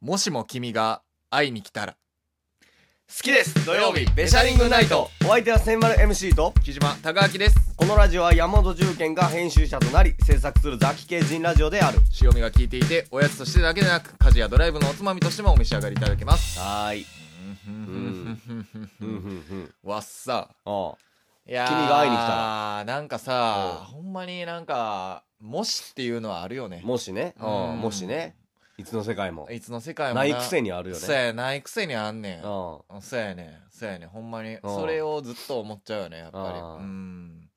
もしも君が会いに来たら好きです土曜日ベシャリングナイトお相手は千丸 MC と木島孝明ですこのラジオは山本重賢が編集者となり制作するザキ系人ラジオである塩味が効いていておやつとしてだけでなく家事やドライブのおつまみとしてもお召し上がりいただけますはーいうんうんんわっさあいやー君が会いに来たなんかさほんまになんかもしっていうのはあるよねあもしねうんうんもしねいつの世界もいつの世界もないくせににあるよねそうやないくせにあんねんうんそうやねそうやねほんまにうんそれをずっと思っちゃうよねやっぱりうんうん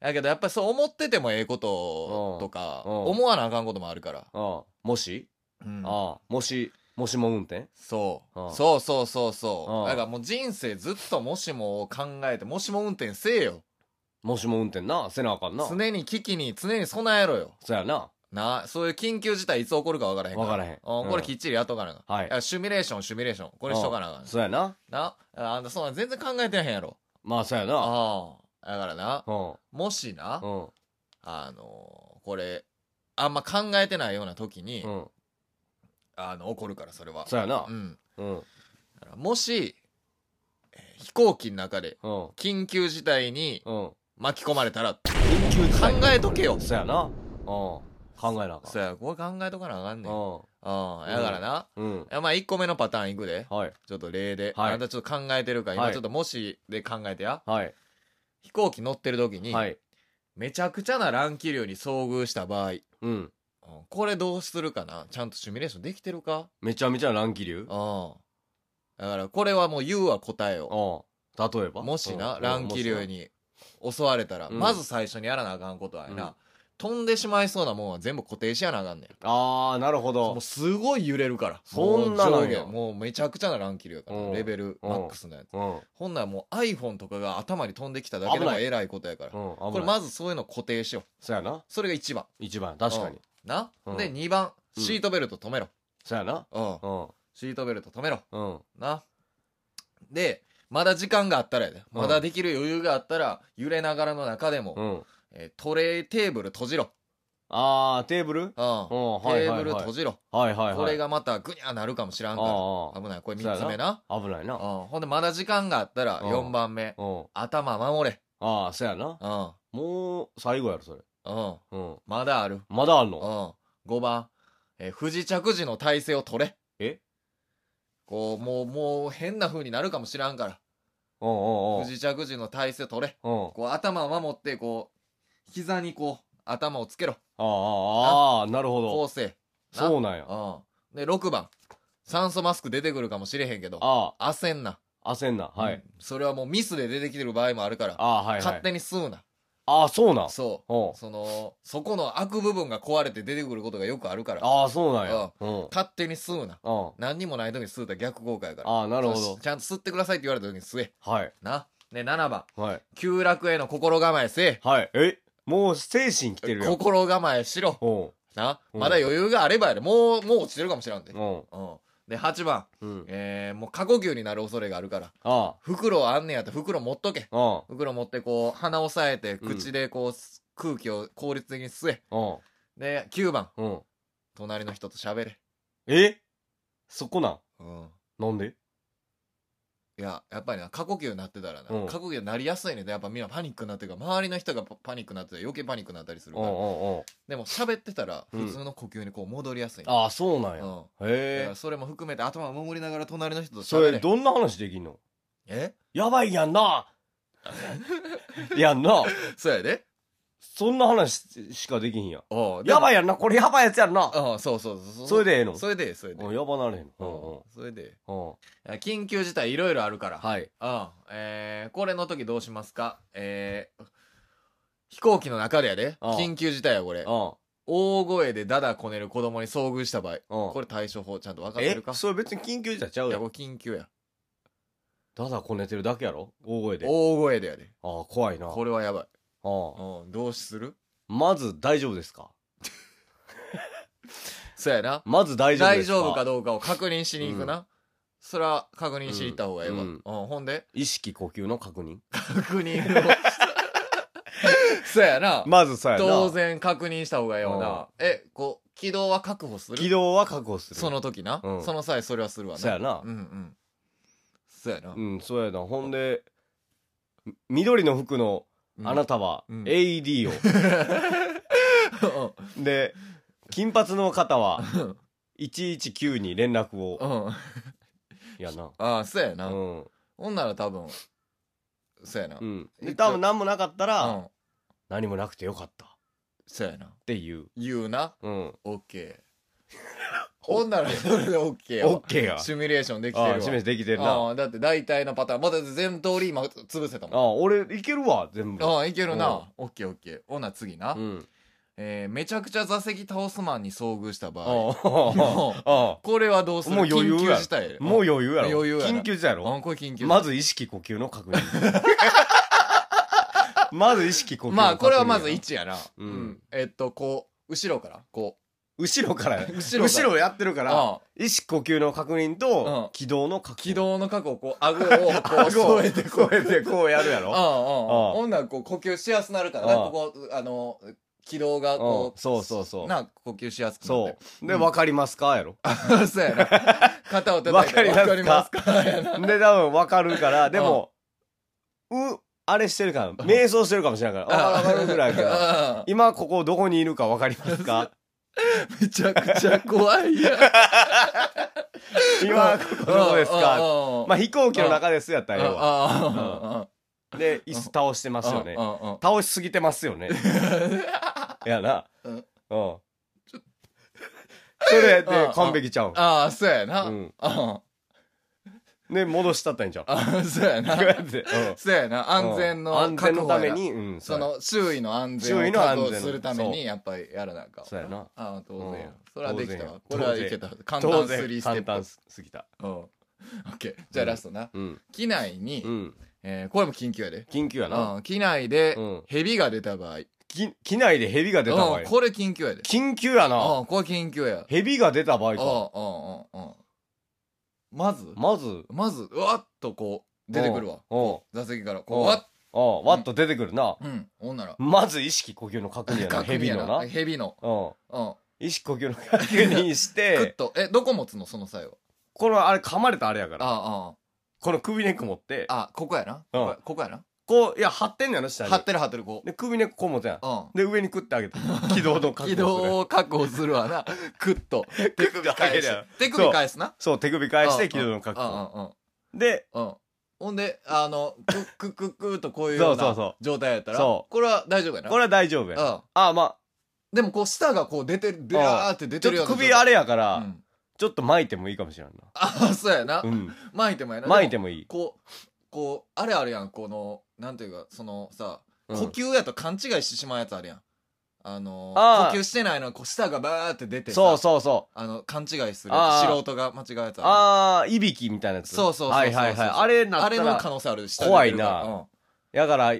だけどやっぱりそう思っててもええこととかうんうん思わなあかんこともあるから、うんもしうんああもしもしも運転そう、うんそうそうそうそう、うんだからもう人生ずっともしもを考えてもしも運転せえよもしも運転なせなあかんな常に危機に常に備えろよそやななそういう緊急事態いつ起こるか分からへんから分からへんうん、これきっちりやっとかなあかん、はいやシミュレーションシミュレーションこれしとかなあかん、そやななあのそんなん全然考えてへんやろまあそやなああだからなうんもしな、うんあのこれあんま考えてないような時に、うんあの起こるからそれはそやなうんうんだからもしえー飛行機の中でうん緊急事態にうん巻き込まれたら緊急事態考えとけよそやなうん考えなあかんそうやこれ考えとかなあかんねんうんうだからな、んうんいやまあ1個目のパターンいくではいちょっと例で、はいあんたちょっと考えてるから今はいちょっともしで考えてや、はい飛行機乗ってる時に、はいめちゃくちゃな乱気流に遭遇した場合うんうんこれどうするかなちゃんとシミュレーションできてるかめちゃめちゃ乱気流うんだからこれはもう言うは答えをうん例えばもしうなん乱気流に襲われたら、うんまず最初にやらなあかんことはやな、うん飛んでしまいそうなもんは全部固定しやなあかんねんああなるほどもうすごい揺れるからそんなもなうんや上下もうめちゃくちゃな乱気流やからうんレベルマックスのやつうんほんならもう iPhone とかが頭に飛んできただけでも危ないえらいことやからこうれん危ないまずそういうの固定しようそやなそれが一番一番確かうにんな、うんで2番うんシートベルト止めろ、そやなうんうんシートベルト止めろうんなでまだ時間があったらやでまだできる余裕があったら揺れながらの中でも、うんえートレーテーブル閉じろ、ああテーブルううんんはいテーはブいルはい閉じろ、はいはいはいこれがまたグニャーなるかもしらんからあ危ないこれそう3やつな目なあ危ないなうん、ほんでまだ時間があったらうん4番目うん頭守れああそやなうんもう最後やろそれうんうんまだあるまだあんうのん5番、えー不時着時の体勢を取れえこうもうもう変な風になるかもしらんからうんうんうん不時着時の体勢取れうんあこう頭を守ってこう膝にこう頭をつけろあああなるほど構成そうなんやうんで6番酸素マスク出てくるかもしれへんけどあ焦んなあ焦んなはうんいそれはもうミスで出てきてる場合もあるからああはいは勝い手に吸うなああそうなんそううんそのそこの悪部分が壊れて出てくることがよくあるからああそうなんやうんうん勝手に吸うなあ何にもない時に吸うたら逆効果やからあななるほどちゃんと吸ってくださいって言われた時に吸えはいなね7番はい急落への心構えせはいえもう精神きてえるやん心構えしろうんなうんまだ余裕があればやでもうもう落ちてるかもしらんで、うん、うんで8番、うんえー、もう過呼吸になる恐れがあるからあ袋あんねやったら袋持っとけあうん袋持ってこう鼻押さえてうん口でこう、空気を効率的に吸えうんで9番うん隣の人と喋れえそこなんうんなんでいややっぱりな過呼吸になってたらな、うん過呼吸になりやすいねんやっぱみんなパニックになってるから周りの人がパパニックになってたら余計パニックになったりするうんうから、んうんでも喋ってたらうん普通の呼吸にこう戻りやすいねん、ああそうなんうんやだかへえらそれも含めて頭を守りながら隣の人とそ喋れれどんな話できんのえやばいやんな やんなそうやでそんな話しかできひんやおやばいいやんなこれやばいやつやんなあそうそうそうそれでええのそれでそれでうんやばなれへんううんんそれでうんうんいや緊急事態いろいろあるからはいうんえーこれの時どうしますかえー飛行機の中でやでああ緊急事態やこれうん大声でダダこねる子供に遭遇した場合うんこれ対処法ちゃんと分かってえるかそれ別に緊急事態ちゃいうややこんれ緊急やただこねてるだけやろ大声であ大声でやであ怖いなこれはやばい、うんうん、どうするまず大丈夫ですかそうやなまず大丈夫で大すか丈夫かどうかを確認しに行くな、それは確認しに行った方がええわ、ううんんほん で意識呼吸の確認確認をそうやなまずさやな当然確認した方がええわな、えこう軌道は確保す軌る道は確保するその時な、うんその際それはするわなそやなうんうんそうやな、うんそうやなほんでみ緑の服のあなたたはうん AED を、 で金髪の方はうん119に連絡をうんやなああそうやな、うんほんなら多分そうやな、うん一で応多分何もなかったら、うん何もなくてよかったっそうやなていう言うなうんオッ ケーほんならそれでオッケーやわオッケーやシミュレーションできてあるあ示わしてできてるなあああだって大体のパターンまだ全通り今潰せたもんあ俺いけるわ全部ああいけるうんなオッケーオッケーほんなら次な、うんえーめちゃくちゃ座席倒すマンに遭遇した場あ合あもうあこれはどうするもう余裕緊や急事態あもう余裕やろ余裕やな緊急事態やあろこれ緊急事態まず意識呼吸の確 認まず意識呼吸の確認まあこれはまずやな1やな、うんえっとこう後ろからこ後ろからやう後ろやってるかかららああ意識呼吸の確認うんと軌道の確認軌道の角をこう顎をこう顎を添えてこう 添えてこうやるやあろあああああ女はこう呼吸しやすくなるからなああここあの軌道がうんこうそうそうそうな呼吸しやすくなっそうでうん分かりますかやろてそうやな肩を叩いてわかりますわかりますかやなで多分分かるからでもうあれしてるから瞑想してるかもしれないからあ分かるぐらいやけどああ今ここどこにいるか分かりますかめちゃくちゃ怖いやん今ここどこですあかああまあ飛行機の中ですやったら要はあで椅子倒してまあすよねああああ倒しすぎてますよ ねやなううんんそれでああ完璧ちゃうんああそうやな、うんあで戻したったんじゃんこあそうやなうやってうんそうやな安全の安全の確保やたなめにうんその周囲の安周全を囲の安確全保するためそにやっぱりやらなあかんそうやなああ当然や、うんそれはできたわこ当然れはいけた簡単当3ス然テ簡ップ単すぎたうん オッケーじゃあラストな、うん機内に、うんえーこれも緊急やで、緊急やなうん、機内で、うん蛇が出た場合き機内で蛇が出た場合うんこれ緊急やで緊急やなあこれ緊急や蛇が出た場合あかああああまずまずまずうわっとこう出てくるわうんうん座席からこううんわっうんわっと出てくるなうんほんならまず意識呼吸の確認やな確認蛇やのな蛇のうんうん意識呼吸の確認しクッ てとえどこ持つのその際はこのあれ噛まれたあれやからあこの首根っこ持ってあああここやなうんここここやなこういや張ってんのやろ下に張ってる張ってるこうで首根っここう持てんうで上に食って あげて軌道のん確軌認道を確保する わなクッとする手首返し手首返すなそう手首返して軌うん道の確保うんうんでうんうんほんであのクックックックッとこういうようそうそうなそ状態やったらそこれは大丈夫やなこれは大丈夫やうんあまあでもこう舌がこう出てるビャーって出ちてょるっよとうな首あれれやから、ちょっと巻いてもいいかもしれんなあそうやなうん巻いてもやな巻いてももいい、こうこうあれあるやんこのなんていうかそのさうん呼吸やと勘違いしてしまうやつあるやんあのあー呼吸してないのにこう舌がバーって出てさそうそうそうあの勘違いするあー素人が間違うやつああーいびきみたいなやつそうそうそうそうはいはいはいあれるなあったれのら可能性ある怖いななやから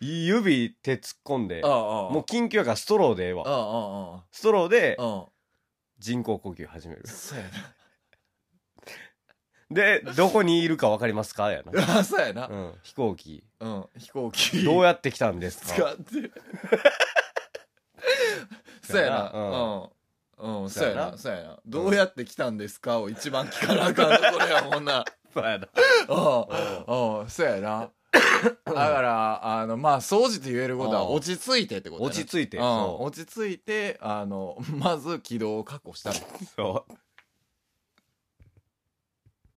指手突っ込んであああもう緊急やからストローでええああわあストローであああ人工呼吸始めるそうやでどこにいるか分かりますかやな、なあ そうやなうん、飛行機うん飛行機どうやって来たんです使 か って。そうやな。うん。うん、そうやな。そうやな。どうやって来たんですかを一番聞かなあかんとこれやもんな。そうやなうん。うん、そうや な。だから、あの、まあ、総じて言えることは、うん落ち着いてってことやな落ち着いてうんそ落ち着いて、あの、まず軌道を確保したら。うそう